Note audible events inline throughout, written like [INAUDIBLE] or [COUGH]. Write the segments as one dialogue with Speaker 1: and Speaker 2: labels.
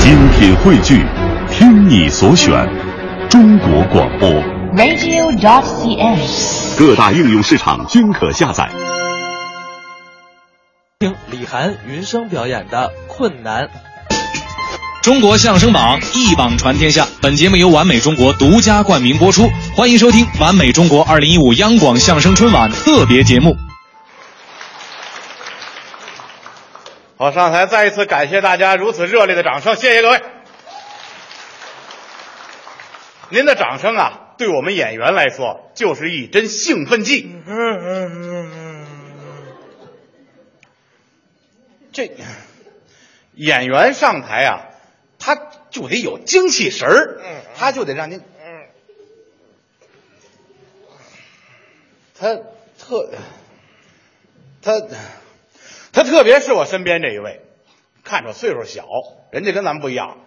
Speaker 1: 精品汇聚，听你所选，中国广播。
Speaker 2: radio.cn。
Speaker 1: 各大应用市场均可下载。
Speaker 3: 听李涵、云生表演的《困难》。
Speaker 4: 中国相声榜一榜传天下，本节目由完美中国独家冠名播出，欢迎收听完美中国二零一五央广相声春晚特别节目。
Speaker 5: 好，上台再一次感谢大家如此热烈的掌声，谢谢各位。您的掌声啊，对我们演员来说就是一针兴奋剂。这演员上台啊，他就得有精气神儿，他就得让您，他特他。他特别是我身边这一位，看着岁数小，人家跟咱们不一样，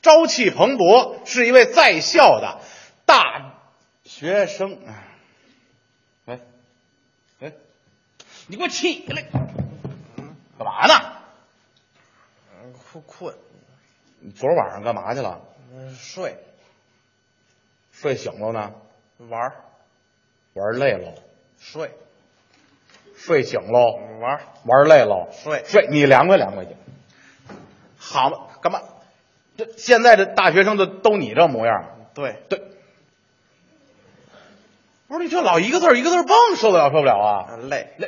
Speaker 5: 朝气蓬勃，是一位在校的大学生。哎，哎，你给我起来，干嘛呢？
Speaker 6: 困困，
Speaker 5: 你昨儿晚上干嘛去了？
Speaker 6: 嗯睡
Speaker 5: 睡醒了呢？
Speaker 6: 玩儿
Speaker 5: 玩累了？
Speaker 6: 睡嗯
Speaker 5: 睡醒喽？
Speaker 6: 玩儿
Speaker 5: 玩累了？
Speaker 6: 睡
Speaker 5: 睡，你凉快凉快去。好嘛，干嘛？这现在这大学生都都你这模样。
Speaker 6: 对，
Speaker 5: 对，不是你这老一个字儿一个字儿蹦，受得了受不了啊？
Speaker 6: 啊累，
Speaker 5: 那，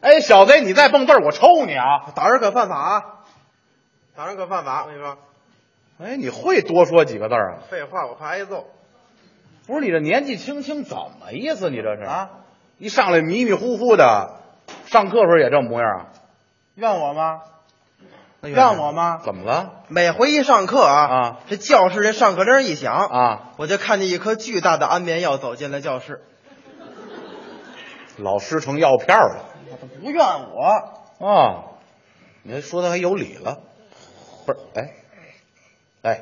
Speaker 5: 哎，小贼，你再蹦字儿，我抽你啊！
Speaker 6: 打人可犯法啊，打人可犯法。我跟你说，
Speaker 5: 哎，你会多说几个字儿啊？
Speaker 6: 废话我怕挨揍
Speaker 5: 不是你这年纪轻轻怎么意思？你这是？
Speaker 6: 啊！
Speaker 5: 一上来迷迷糊糊的，上课时候也这模样啊？
Speaker 6: 怨我吗？
Speaker 5: 那
Speaker 6: 怨我吗
Speaker 5: 怎么了？
Speaker 6: 每回一上课啊
Speaker 5: 哎啊
Speaker 6: 这教室这上课铃一响
Speaker 5: 啊，
Speaker 6: 我就看见一颗巨大的安眠药走进了教室。
Speaker 5: 老师成药片儿了
Speaker 6: 不怨我，
Speaker 5: 啊！你还说的还有理了？不是，哎，哎，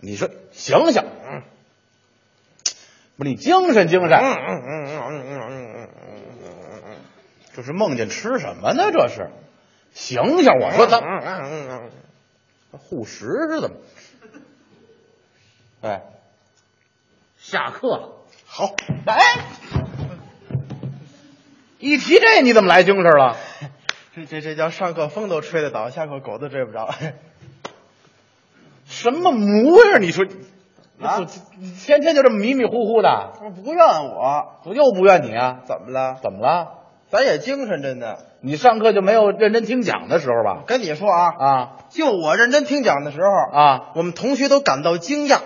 Speaker 5: 你说醒醒，嗯，不是你精神精神，
Speaker 6: 嗯嗯嗯嗯嗯嗯嗯嗯
Speaker 5: 这是梦见吃什么呢？这是，醒醒！我说咱
Speaker 6: 嗯嗯
Speaker 5: 护食是怎么？哎，下课了，好，哎，一提这你怎么来精神了？
Speaker 6: 这这这叫上课风都吹得倒，下课狗都追不着。 [LAUGHS]
Speaker 5: 什么模样？你说，
Speaker 6: 啊
Speaker 5: 你你天天就这么迷迷糊糊的，
Speaker 6: 我不怨我，
Speaker 5: 我又不怨你啊？
Speaker 6: 怎么了？
Speaker 5: 怎么了？
Speaker 6: 咱也精神着呢。
Speaker 5: 你上课就没有认真听讲的时候吧？
Speaker 6: 跟你说啊，
Speaker 5: 啊
Speaker 6: 就我认真听讲的时候，
Speaker 5: 啊，
Speaker 6: 我们同学都感到惊讶。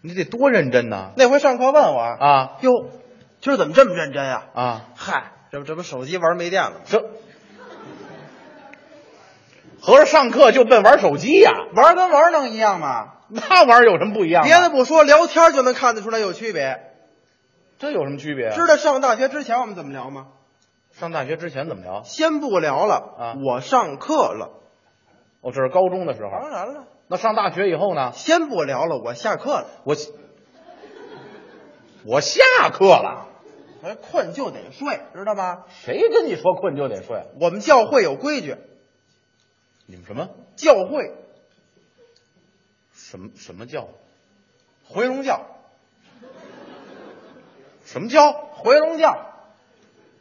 Speaker 5: 你得多认真呐！
Speaker 6: 那回上课问我，
Speaker 5: 啊
Speaker 6: 哟，今儿怎么这么认真呀、
Speaker 5: 啊，
Speaker 6: 嗨，这不这不手机玩没电了吗？
Speaker 5: 这合着上课就奔玩手机呀、
Speaker 6: 玩跟玩能一样吗？
Speaker 5: 那玩意儿有什么不一样、啊
Speaker 6: 别的，不说，聊天就能看得出来有区别。
Speaker 5: 这有什么区别、啊
Speaker 6: 知道上大学之前我们怎么聊吗？
Speaker 5: 上大学之前怎么聊？
Speaker 6: 先不聊了，
Speaker 5: 啊
Speaker 6: 我上课了。
Speaker 5: 哦，这是高中的时候。
Speaker 6: 当然了，
Speaker 5: 那上大学以后呢？
Speaker 6: 先不聊了，我下课了。
Speaker 5: 我我下课了。
Speaker 6: 我这哎困就得睡，知道吧？
Speaker 5: 谁跟你说困就得睡？
Speaker 6: 我们教会有规矩，
Speaker 5: 你们什么
Speaker 6: 教会
Speaker 5: 什么什么教？
Speaker 6: 回笼觉，
Speaker 5: 什么教？
Speaker 6: 回笼觉。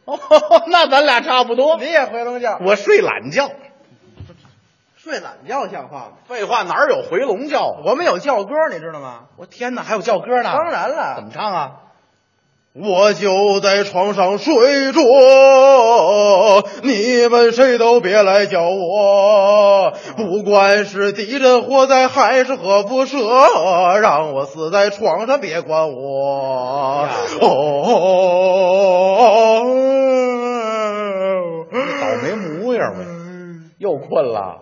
Speaker 5: 哦， [LAUGHS] 那咱俩差不多
Speaker 6: 你。也回笼觉，
Speaker 5: 我睡懒觉。
Speaker 6: 睡懒觉像话吗？
Speaker 5: 废话，哪有回笼觉啊？
Speaker 6: 我们有教歌，你知道吗？
Speaker 5: 我天哪，还有教歌呢？
Speaker 6: 当然了
Speaker 5: 怎么唱啊？
Speaker 6: 我就在床上睡着，你们谁都别来叫我。不管是敌人火灾还是核辐射，啊让我死在床上别管我。哦，
Speaker 5: 倒霉模样呗，又困了。
Speaker 6: 啊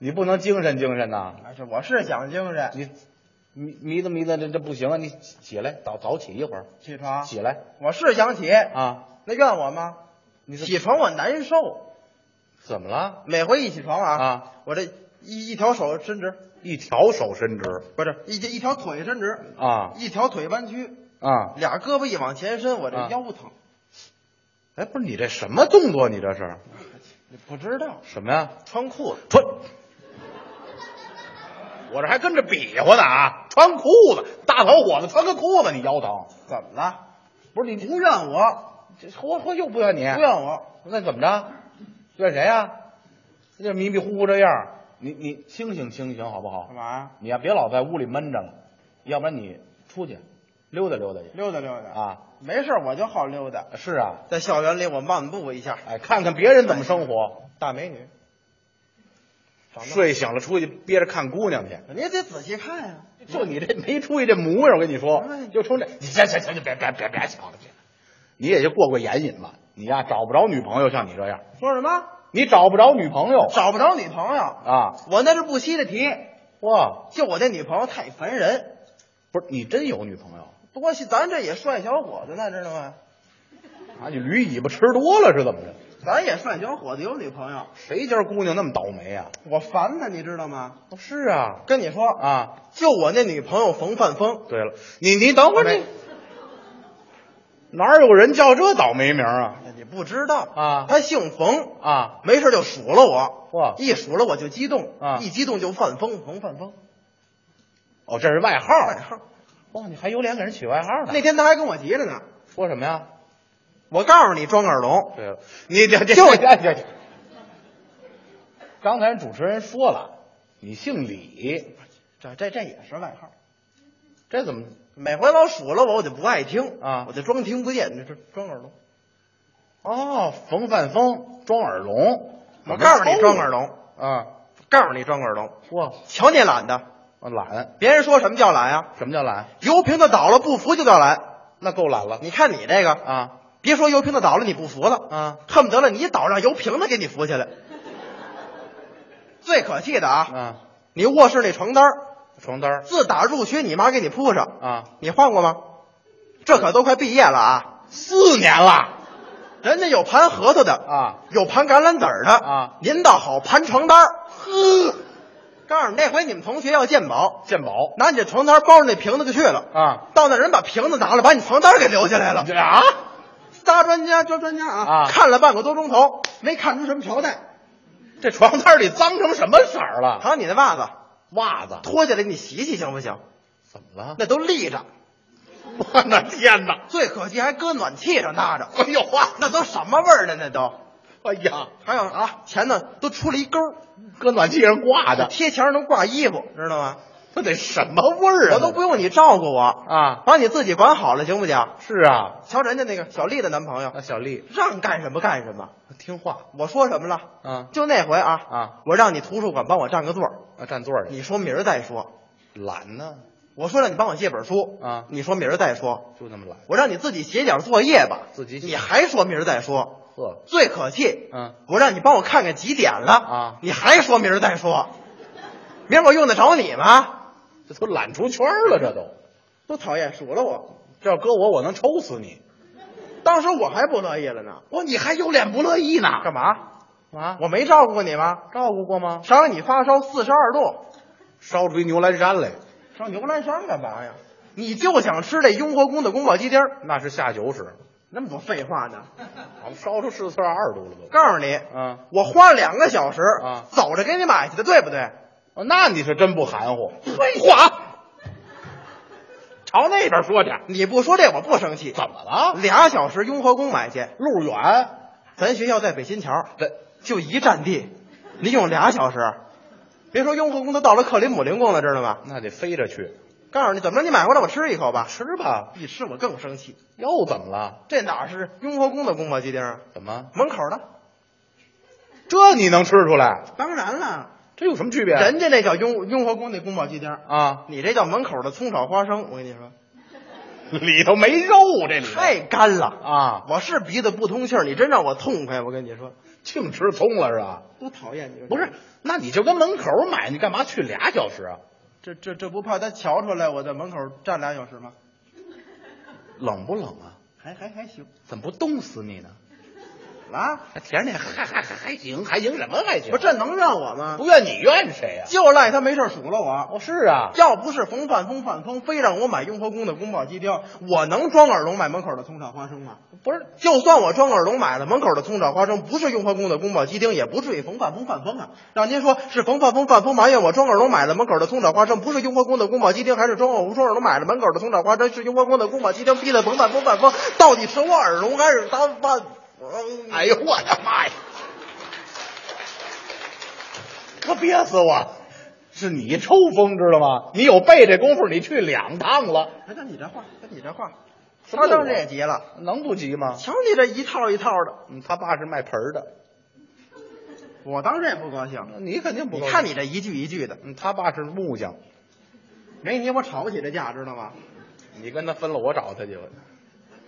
Speaker 5: 你不能精神精神呐、
Speaker 6: 是哎我是想精神，
Speaker 5: 你迷迷瞪迷瞪，这这不行啊！你起起来，早早起一会儿，
Speaker 6: 起床
Speaker 5: 起来
Speaker 6: 我是想起，
Speaker 5: 啊！
Speaker 6: 那怨我吗？
Speaker 5: 你这
Speaker 6: 起床我难受。
Speaker 5: 怎么了？
Speaker 6: 每回一起床啊，
Speaker 5: 啊
Speaker 6: 我这一一条手伸直，
Speaker 5: 一条手伸直
Speaker 6: 不是一一条腿伸直，
Speaker 5: 啊
Speaker 6: 一条腿弯曲，
Speaker 5: 啊！
Speaker 6: 俩胳膊一往前伸，我这
Speaker 5: 啊
Speaker 6: 腰疼。
Speaker 5: 哎，不是你这什么动作？你这是
Speaker 6: 不知道
Speaker 5: 什么呀？
Speaker 6: 穿裤子，
Speaker 5: 穿，我这还跟着比划呢啊！穿裤子，大小伙子穿个裤子，你腰疼？
Speaker 6: 怎么了？
Speaker 5: 不是你
Speaker 6: 不怨我，
Speaker 5: 这活活又不怨你，
Speaker 6: 不怨我，
Speaker 5: 那怎么着？怨谁呀、这迷迷糊糊这样儿，你你清醒清醒好不好
Speaker 6: 干？嘛呀？
Speaker 5: 你呀、别老在屋里闷着了，要不然你出去溜达溜达去
Speaker 6: 溜达溜达，
Speaker 5: 啊。
Speaker 6: 没事儿我就好溜达，
Speaker 5: 是啊，
Speaker 6: 在校园里我漫步一下。
Speaker 5: 哎，看看别人怎么生活。
Speaker 6: 大美女，长得
Speaker 5: 睡醒了出去憋着看姑娘去，
Speaker 6: 你也得仔细看呀、
Speaker 5: 就你这没出息这模样，我跟你说
Speaker 6: 哎，
Speaker 5: 就冲这，你行行行，别别别别想了，别你也就过过眼瘾了。你呀、找不着女朋友，像你这样，
Speaker 6: 说什么？
Speaker 5: 你找不着女朋友
Speaker 6: 找不着女朋友，
Speaker 5: 哦啊？
Speaker 6: 我那是不惜的提。
Speaker 5: 哇，
Speaker 6: 就我这女朋友太烦人，
Speaker 5: 不是你真有女朋友
Speaker 6: 多谢咱这也帅小伙子呢，知道吗？
Speaker 5: 啊？你驴尾巴吃多了是怎么着？
Speaker 6: 咱也帅小伙子有女朋友，
Speaker 5: 谁家姑娘那么倒霉啊？
Speaker 6: 我烦他，你知道吗？
Speaker 5: 是啊，
Speaker 6: 跟你说，
Speaker 5: 啊，
Speaker 6: 就我那女朋友冯范哎峰，
Speaker 5: 对了，你你等会儿
Speaker 6: 没
Speaker 5: 你哪有人叫这倒霉名啊？
Speaker 6: 你不知道
Speaker 5: 啊
Speaker 6: 她姓冯，
Speaker 5: 啊，
Speaker 6: 没事就数落我，
Speaker 5: 哇
Speaker 6: 一数落我就激动，
Speaker 5: 啊
Speaker 6: 一激动就范风，冯范风
Speaker 5: 哦，这是外号，
Speaker 6: 外号。
Speaker 5: 哇，你还有脸给人起外号呢？
Speaker 6: 那天他还跟我急着呢，
Speaker 5: 说什么呀？
Speaker 6: 我告诉你，装耳聋，
Speaker 5: 对了，你这这
Speaker 6: 就
Speaker 5: 这这这，刚才主持人说了，你姓李，
Speaker 6: 这这这也是外号。
Speaker 5: 这怎么？
Speaker 6: 每回老数落我，我就不爱听
Speaker 5: 啊
Speaker 6: 我就装听不见，这装耳聋。
Speaker 5: 哦，冯范峰装耳聋，
Speaker 6: 我告诉你，装耳聋，
Speaker 5: 啊！
Speaker 6: 告诉你装耳聋，
Speaker 5: 哇，
Speaker 6: 瞧你懒的。
Speaker 5: 我懒，
Speaker 6: 别人说什么叫懒呀、
Speaker 5: 什么叫懒？
Speaker 6: 油瓶子倒了不服就叫懒。
Speaker 5: 那够懒了
Speaker 6: 你看你这个，
Speaker 5: 啊
Speaker 6: 别说油瓶子倒了你不服了，
Speaker 5: 啊
Speaker 6: 恨不得了你一倒让油瓶子给你扶起来。最可气的啊，
Speaker 5: 啊！
Speaker 6: 你卧室那床单儿
Speaker 5: 床单儿
Speaker 6: 自打入学你妈给你铺上，
Speaker 5: 啊，
Speaker 6: 你换过吗？这可都快毕业了啊，
Speaker 5: 四年了
Speaker 6: 人家有盘核桃的，
Speaker 5: 啊！
Speaker 6: 有盘橄榄籽儿的
Speaker 5: 啊，
Speaker 6: 您倒好盘床单儿。呵，告诉你，那回你们同学要鉴宝，
Speaker 5: 鉴宝
Speaker 6: 拿你这床单儿包着那瓶子就去了。
Speaker 5: 啊
Speaker 6: 到那人把瓶子拿了，把你床单儿给留下来了。
Speaker 5: 啊！
Speaker 6: 仨专家，专专家啊，
Speaker 5: 啊
Speaker 6: 看了半个多钟头，没看出什么条带。
Speaker 5: 这 [LAUGHS] 床单里脏成什么色儿了？
Speaker 6: 还有你那袜子
Speaker 5: 袜子
Speaker 6: 脱下来，你洗洗行不行？
Speaker 5: 怎么了？
Speaker 6: 那都立着，
Speaker 5: 我的天哪！
Speaker 6: 最可气还搁暖气上搭着。
Speaker 5: 哎呦哇！
Speaker 6: 那都什么味儿的？那都
Speaker 5: [LAUGHS] 哎呀，
Speaker 6: 还有啊，前头都出了一钩儿，
Speaker 5: 搁暖气上挂的，
Speaker 6: 贴墙上能挂衣服，知道吗？
Speaker 5: 这得什么味儿啊？
Speaker 6: 我都不用你照顾我，
Speaker 5: 啊！
Speaker 6: 把你自己管好了，行不行？
Speaker 5: 是啊，
Speaker 6: 瞧人家那个小丽的男朋友，
Speaker 5: 那小丽
Speaker 6: 让干什么干什么。
Speaker 5: 啊听话
Speaker 6: 我说什么了？
Speaker 5: 啊
Speaker 6: 就那回啊
Speaker 5: 啊，
Speaker 6: 我让你图书馆帮我占个座儿，
Speaker 5: 啊，占座儿去。
Speaker 6: 你说明儿再说。
Speaker 5: 懒呢，
Speaker 6: 我说让你帮我借本书
Speaker 5: 啊
Speaker 6: 你说明儿再说。
Speaker 5: 就那么懒。
Speaker 6: 我让你自己写点作业吧，
Speaker 5: 自己写
Speaker 6: 你还说明儿再说。
Speaker 5: 呵，
Speaker 6: 最可气，
Speaker 5: 嗯，
Speaker 6: 我让你帮我看看几点了
Speaker 5: 啊
Speaker 6: 你还说明儿再说，明儿我用得着你吗？
Speaker 5: 这都懒出圈儿了，这都。
Speaker 6: 多讨厌，数了我。
Speaker 5: 这要搁我，我能抽死你。
Speaker 6: 当时我还不乐意了呢，
Speaker 5: 哇，你还有脸不乐意呢？
Speaker 6: 干嘛？
Speaker 5: 嘛？
Speaker 6: 我没照顾过你吗？
Speaker 5: 照顾过吗？
Speaker 6: 伤你发烧四十二度，
Speaker 5: 烧出一牛栏山来，
Speaker 6: 上牛栏山干嘛呀？你就想吃这雍和宫的宫保鸡丁儿，
Speaker 5: 那是下酒时，
Speaker 6: 那么多废话呢？
Speaker 5: 好烧出四十二度了都。
Speaker 6: 告诉你，
Speaker 5: 啊，
Speaker 6: 我花了两个小时
Speaker 5: 啊
Speaker 6: 走着给你买去的，对不对？
Speaker 5: 哦那你是真不含糊。
Speaker 6: 废话，
Speaker 5: 朝那边说去。
Speaker 6: 你不说这我不生气。
Speaker 5: 怎么了？
Speaker 6: 俩小时雍和宫买去，
Speaker 5: 路远，
Speaker 6: 咱学校在北新桥，
Speaker 5: 这
Speaker 6: 就一站地，你用俩小时，别说雍和宫都到了克林姆林宫了，知道吗？
Speaker 5: 那得飞着去。
Speaker 6: 告诉你，怎么着你买回来我吃一口吧，
Speaker 5: 吃吧，
Speaker 6: 一吃我更生气。
Speaker 5: 又怎么了？
Speaker 6: 这哪是雍和宫的宫保鸡丁啊？
Speaker 5: 怎么？
Speaker 6: 门口的，
Speaker 5: 这你能吃出来？
Speaker 6: 当然了，
Speaker 5: 这有什么区别？
Speaker 6: 人家那叫雍雍和宫那宫保鸡丁，
Speaker 5: 啊，
Speaker 6: 你这叫门口的葱炒花生。我跟你说，
Speaker 5: 里头没肉，这里头
Speaker 6: 太干了。
Speaker 5: 啊，
Speaker 6: 我是鼻子不通气儿，你真让我痛快。我跟你说，
Speaker 5: 净吃葱了是吧？
Speaker 6: 多讨厌你！
Speaker 5: 不是，，那你就跟门口买，你干嘛去俩小时啊？
Speaker 6: 这这这不怕他瞧出来我在门口站俩小时吗？
Speaker 5: 冷不冷啊？
Speaker 6: 还还还行，
Speaker 5: 怎么不冻死你呢？
Speaker 6: 啊，
Speaker 5: 田那还还还还行，还行什么还行？
Speaker 6: 不，这能怨我吗？
Speaker 5: 不怨你怨谁啊呀、
Speaker 6: 就赖他没事数落我。
Speaker 5: 哦，是啊，
Speaker 6: 要不是冯范风范风非让我买雍和宫的宫保鸡丁，我能装耳聋买门口的葱炒花生吗？
Speaker 5: 不是
Speaker 6: 就算我装耳聋买了门口的葱炒花生，不是雍和宫的宫保鸡丁，也不至于冯范风范风啊！让您说是冯范风范风埋怨我装耳聋买了门口的葱炒花生，不是雍和宫的宫保鸡丁，还是装我装耳聋买了门口的葱炒花生，是雍和宫的宫保鸡丁逼的冯范风范风，到底是我耳聋还是他范？
Speaker 5: 哎呦我的妈呀！可憋死我！是你抽风知道吗？你有背这功夫，你去两趟了，
Speaker 6: 哎，那你这话，那你这话，
Speaker 5: 什么
Speaker 6: 他
Speaker 5: 我
Speaker 6: 当时也急了，
Speaker 5: 能不急吗？
Speaker 6: 瞧你这一套一套的，
Speaker 5: 嗯，他爸是卖盆儿的，
Speaker 6: 我当时也不高兴。
Speaker 5: 你肯定不
Speaker 6: 你
Speaker 5: 高兴
Speaker 6: 看你这一句一句的，
Speaker 5: 嗯，他爸是木匠，
Speaker 6: 没你我吵不起这架，知道吗？
Speaker 5: 你跟他分了，我找他去了。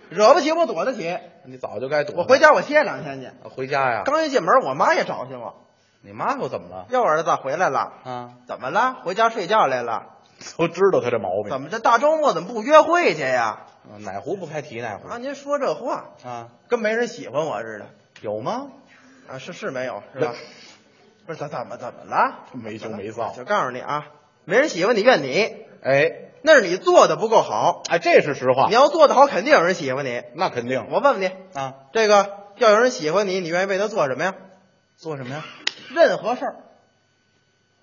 Speaker 6: 惹不起我躲得起，
Speaker 5: 你早就该躲。啊
Speaker 6: 我回，家我歇两天去。
Speaker 5: 回家呀？
Speaker 6: 刚一进门，我妈也找去我，
Speaker 5: 你妈又怎么了？
Speaker 6: 哟儿子回来了，
Speaker 5: 啊，
Speaker 6: 怎么了？回家睡觉来了？
Speaker 5: [LAUGHS] 都知道他这毛病。
Speaker 6: 怎么这大周末怎么不约会去呀？
Speaker 5: 么？哪壶不开提哪壶
Speaker 6: 啊，您说这话
Speaker 5: 啊？
Speaker 6: 跟没人喜欢我似的
Speaker 5: 有吗？
Speaker 6: 啊？是是没有是吧？不是怎怎么怎么了？
Speaker 5: 没羞没臊
Speaker 6: 啊就告诉你啊，没人喜欢你怨你，
Speaker 5: 哎
Speaker 6: 那是你做的不够好。
Speaker 5: 哎，这是实话
Speaker 6: 你。要做得好，肯定有人喜欢你。
Speaker 5: 那肯定
Speaker 6: 我问问你，
Speaker 5: 啊。
Speaker 6: 这个要有人喜欢你，你愿意为他做什么呀？
Speaker 5: 做什么呀？
Speaker 6: 任何事儿，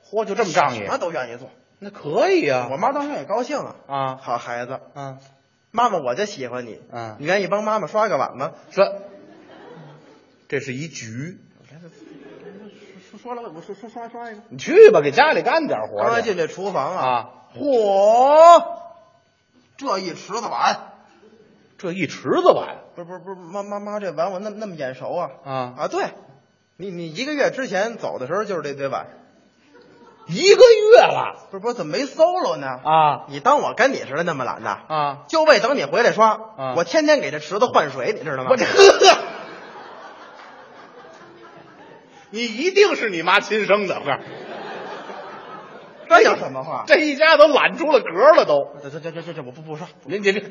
Speaker 5: 嚯，就这么仗义
Speaker 6: 什么都愿意做。
Speaker 5: 那可以啊
Speaker 6: 我妈当时也高兴啊，
Speaker 5: 啊
Speaker 6: 好孩子，
Speaker 5: 啊，
Speaker 6: 妈妈我就喜欢你，
Speaker 5: 嗯
Speaker 6: 你愿意帮妈妈刷个碗吗？
Speaker 5: 这这是一局。
Speaker 6: 说说了，我说说刷刷一个。
Speaker 5: 你去吧，给家里干点活
Speaker 6: 刚才
Speaker 5: 去
Speaker 6: 进这厨房啊，
Speaker 5: 啊。
Speaker 6: 嚯，这一池子碗，
Speaker 5: 这一池子碗
Speaker 6: 不是不是不是，妈妈妈这碗我那么那么眼熟啊
Speaker 5: 啊，
Speaker 6: 啊！对，你你一个月之前走的时候就是这堆碗，
Speaker 5: 一个月了
Speaker 6: 不是不是怎么没 solo 呢？
Speaker 5: 啊
Speaker 6: 你当我跟你似的那么懒呐？
Speaker 5: 啊！
Speaker 6: 就为等你回来刷，
Speaker 5: 嗯
Speaker 6: 我天天给这池子换水，你知道吗？
Speaker 5: [LAUGHS] 我这呵，你一定是你妈亲生的，我告诉你，
Speaker 6: 这叫什么话？
Speaker 5: 这一家都懒出了格了都。
Speaker 6: 这这这这这这我不不刷，
Speaker 5: 你你这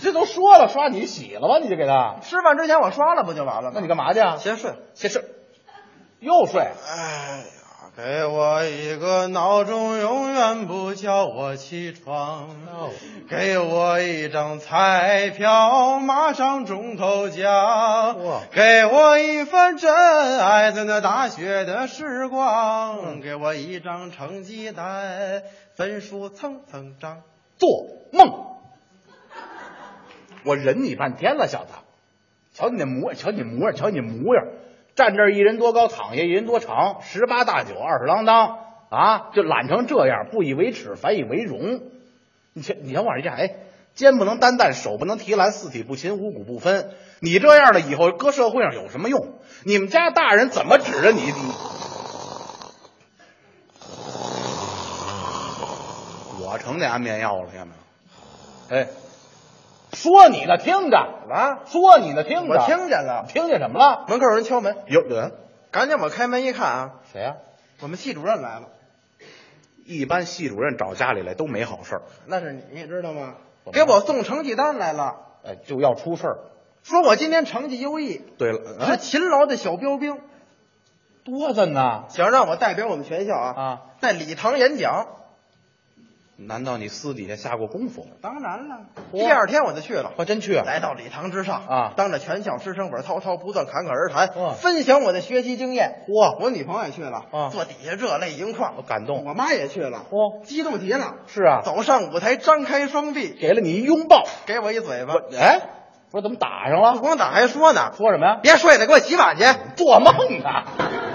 Speaker 5: 这都说了，刷你洗了吗？你就给他，
Speaker 6: 吃饭之前我刷了不就完了吗？
Speaker 5: 那你干嘛去啊？
Speaker 6: 先睡。
Speaker 5: 先睡，又睡。
Speaker 6: 哎呀，给我一个闹钟，永远不叫我起床。给我一张彩票，马上中头奖
Speaker 5: 哇。
Speaker 6: 给我一份真爱，在那大学的时光。给我一张成绩单，分数蹭蹭涨。
Speaker 5: 做梦。我忍你半天了，小子，瞧你那模样，瞧你模样，瞧你模样，站这儿一人多高，躺下一人多长，十八大九，二十郎当啊，就懒成这样，不以为耻，反以为荣。你瞧，你瞧往这样，哎，肩不能担担，手不能提篮，四体不勤，五谷不分。你这样的以后搁社会上有什么用？你们家大人怎么指着你？你我成那安眠药了，看没有？哎，说你呢，听着啊，说你呢，听着，
Speaker 6: 我听见了，
Speaker 5: 听见什么了？
Speaker 6: 门口有人敲门，
Speaker 5: 有有人
Speaker 6: 赶紧我开门一看啊，
Speaker 5: 谁呀、
Speaker 6: 我们系主任来了。
Speaker 5: 一般系主任找家里来都没好事儿，
Speaker 6: 那是你知道吗
Speaker 5: 怎么了？
Speaker 6: 给我送成绩单来了，
Speaker 5: 哎，就要出事儿。
Speaker 6: 说我今天成绩优异，
Speaker 5: 对了，啊
Speaker 6: 是勤劳的小标兵，
Speaker 5: 多着呢。
Speaker 6: 想让我代表我们全校啊
Speaker 5: 啊
Speaker 6: 在礼堂演讲。
Speaker 5: 难道你私底下下过功夫？
Speaker 6: 当然了，
Speaker 5: 嚯
Speaker 6: 第二天我就去了。
Speaker 5: 我真去啊？
Speaker 6: 来到礼堂之上
Speaker 5: 啊哦
Speaker 6: 当着全校师生，我是滔滔不断、侃侃而
Speaker 5: 哇
Speaker 6: 谈，分享我的学习经验。
Speaker 5: 嚯
Speaker 6: 我女朋友也去了，
Speaker 5: 啊
Speaker 6: 坐底下热泪盈
Speaker 5: 我
Speaker 6: 眶。
Speaker 5: 感动。
Speaker 6: 我妈也去了，
Speaker 5: 嚯
Speaker 6: 激动极了，
Speaker 5: 是啊，
Speaker 6: 走上舞台，张开双臂，
Speaker 5: 给了你一拥抱。
Speaker 6: 给我一嘴巴。
Speaker 5: 哎，我怎么打上
Speaker 6: 不
Speaker 5: 了？
Speaker 6: 光打还说呢，
Speaker 5: 说什么呀？
Speaker 6: 别睡了，给我洗碗去。
Speaker 5: 做梦呢！